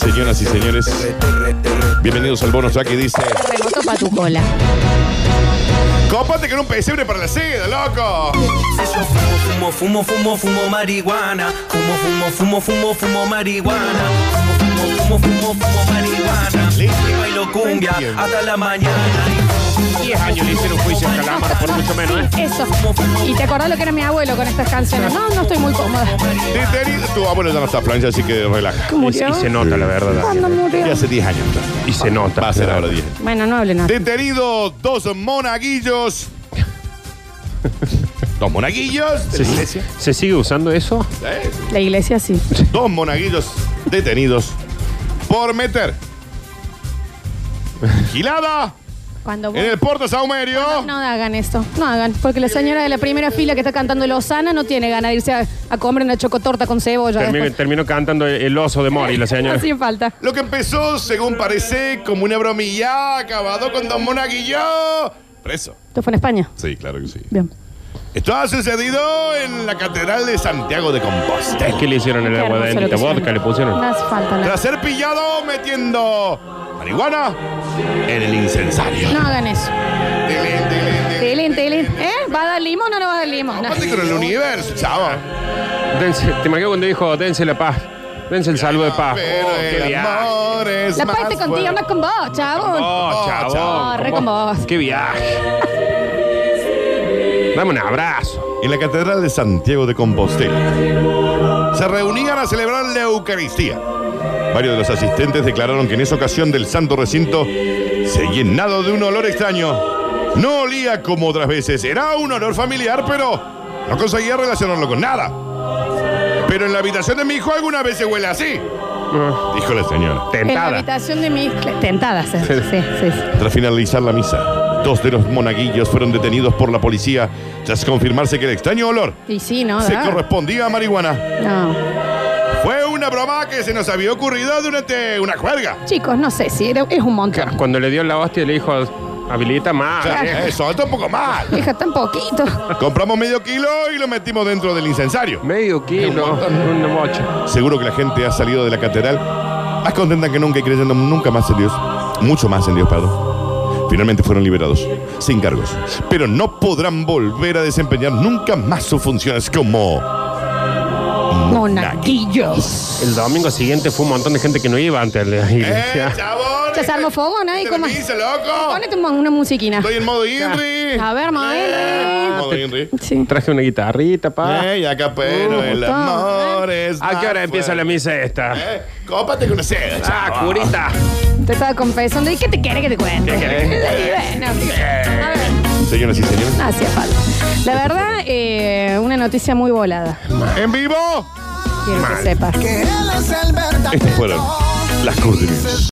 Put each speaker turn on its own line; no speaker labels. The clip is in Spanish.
Señoras y señores, bienvenidos al bonus track que dice...
Remoto para tu cola.
¡Cópate con un pesebre para la seda, loco!
Yo fumo, fumo, fumo, fumo, fumo marihuana. Fumo, fumo, fumo, fumo, fumo marihuana. Fumo, fumo, fumo, fumo, fumo marihuana. Y bailo cumbia hasta la mañana.
10 años le hicieron juicio a Calamar, por mucho menos, ¿eh?
Sí, eso. Y te acordás lo que era mi abuelo con estas canciones. No, no estoy muy cómoda.
Detenido. Tu abuelo ya no está plancha, así que relaja.
¿Cómo
Y,
murió?
y se nota, la verdad.
¿Cuándo
Y
murió?
hace 10 años.
Y se nota.
Va a ser ahora 10.
Bueno, no hable nada.
Detenido dos monaguillos. Dos monaguillos de
¿Se,
la iglesia.
se sigue usando eso?
¿eh?
La iglesia sí.
Dos monaguillos detenidos por meter gilada
Cuando vos-
en
Eh.
el puerto Saumerio.
No hagan esto, no hagan, porque la señora de la primera fila que está cantando Lozana no tiene ganas de irse a, a comer una chocotorta con cebolla.
Terminó,
después.
terminó cantando El oso de Mori, la señora.
Así en falta.
Lo que empezó, según parece, como una bromilla, acabado con dos monaguillos. Preso.
Esto fue en España.
Sí, claro que sí.
Bien.
Esto ha sucedido en la Catedral de Santiago de Compostela.
¿Qué le hicieron el
Qué
agua
hermoso
de
lo que
vodka?
hicieron. Ah.
¿Le pusieron?
No hace falta nada.
Tras ser pillado metiendo marihuana en el incensario.
No hagan eso.
Tilín, tilín, tilín.
Telín, telín. ¿Eh? ¿Va a dar limón o no va a dar limón? No.
Aparte con el universo, chaval.
Dense- te marqué cuando dijo, dense la paz. Dense el salvo de paz.
Pero
Oh, qué
el
viaje.
amor es
La
más
parte contigo,
fuerte.
habla con vos, chavo.
Oh,
chabón. Re con
chabón.
vos.
Qué viaje. Dame un abrazo.
En la Catedral de Santiago de Compostela se reunían a celebrar la Eucaristía. Varios de los asistentes declararon que en esa ocasión del santo recinto se llenado de un olor extraño. No olía como otras veces, era un olor familiar, pero no conseguía relacionarlo con nada. Pero en la habitación de mi hijo alguna vez se huele así,
Ah,
dijo la señora.
En la
Tentada.
habitación de mi Tentadas. Sí, sí, sí.
Tras finalizar la misa, dos de los monaguillos fueron detenidos por la policía tras confirmarse que el extraño olor
Y sí, ¿no?
se
¿verdad?
correspondía a marihuana.
No.
Fue una broma que se nos había ocurrido durante una juerga.
Chicos, no sé si era- es un montón.
Cuando le dio la hostia, le dijo, habilita más.
Ya,
vieja".
Eso, esto un poco mal.
Vieja, tan poquito.
Compramos medio kilo y lo metimos dentro del incensario.
Medio kilo, una mocha.
Seguro que la gente ha salido de la catedral más contenta que nunca y creyendo nunca más en Dios. Mucho más en Dios, perdón. Finalmente fueron liberados, sin cargos. Pero no podrán volver a desempeñar nunca más sus funciones como...
Monaguillos.
El domingo siguiente fue un montón de gente que no iba antes de la
¡Eh,
iglesia.
chabón!
Ya se armó fogón, ¿eh?
¿Te
¿Cómo?
lo hice, loco?
Ponete un- una musiquina.
Estoy en modo Henry.
A ver, modo Henry.
Modo Henry.
Sí.
Traje una guitarrita, pa.
Ey, acá, pero el
gustó.
amor es
Uh, ¿A qué hora
más
empieza la
fuerte.
misa esta?
Eh, Cópate con una seda,
Ah,
chabón.
curita.
Te estaba confesando. ¿Y qué te quiere que te cuente?
¿Qué quiere que
Y bueno, a ver,
Señoras y señores.
no hacía falta. La verdad, eh, una noticia muy volada.
¡En vivo!
Quiero que sepas.
Estas fueron las Curdi News.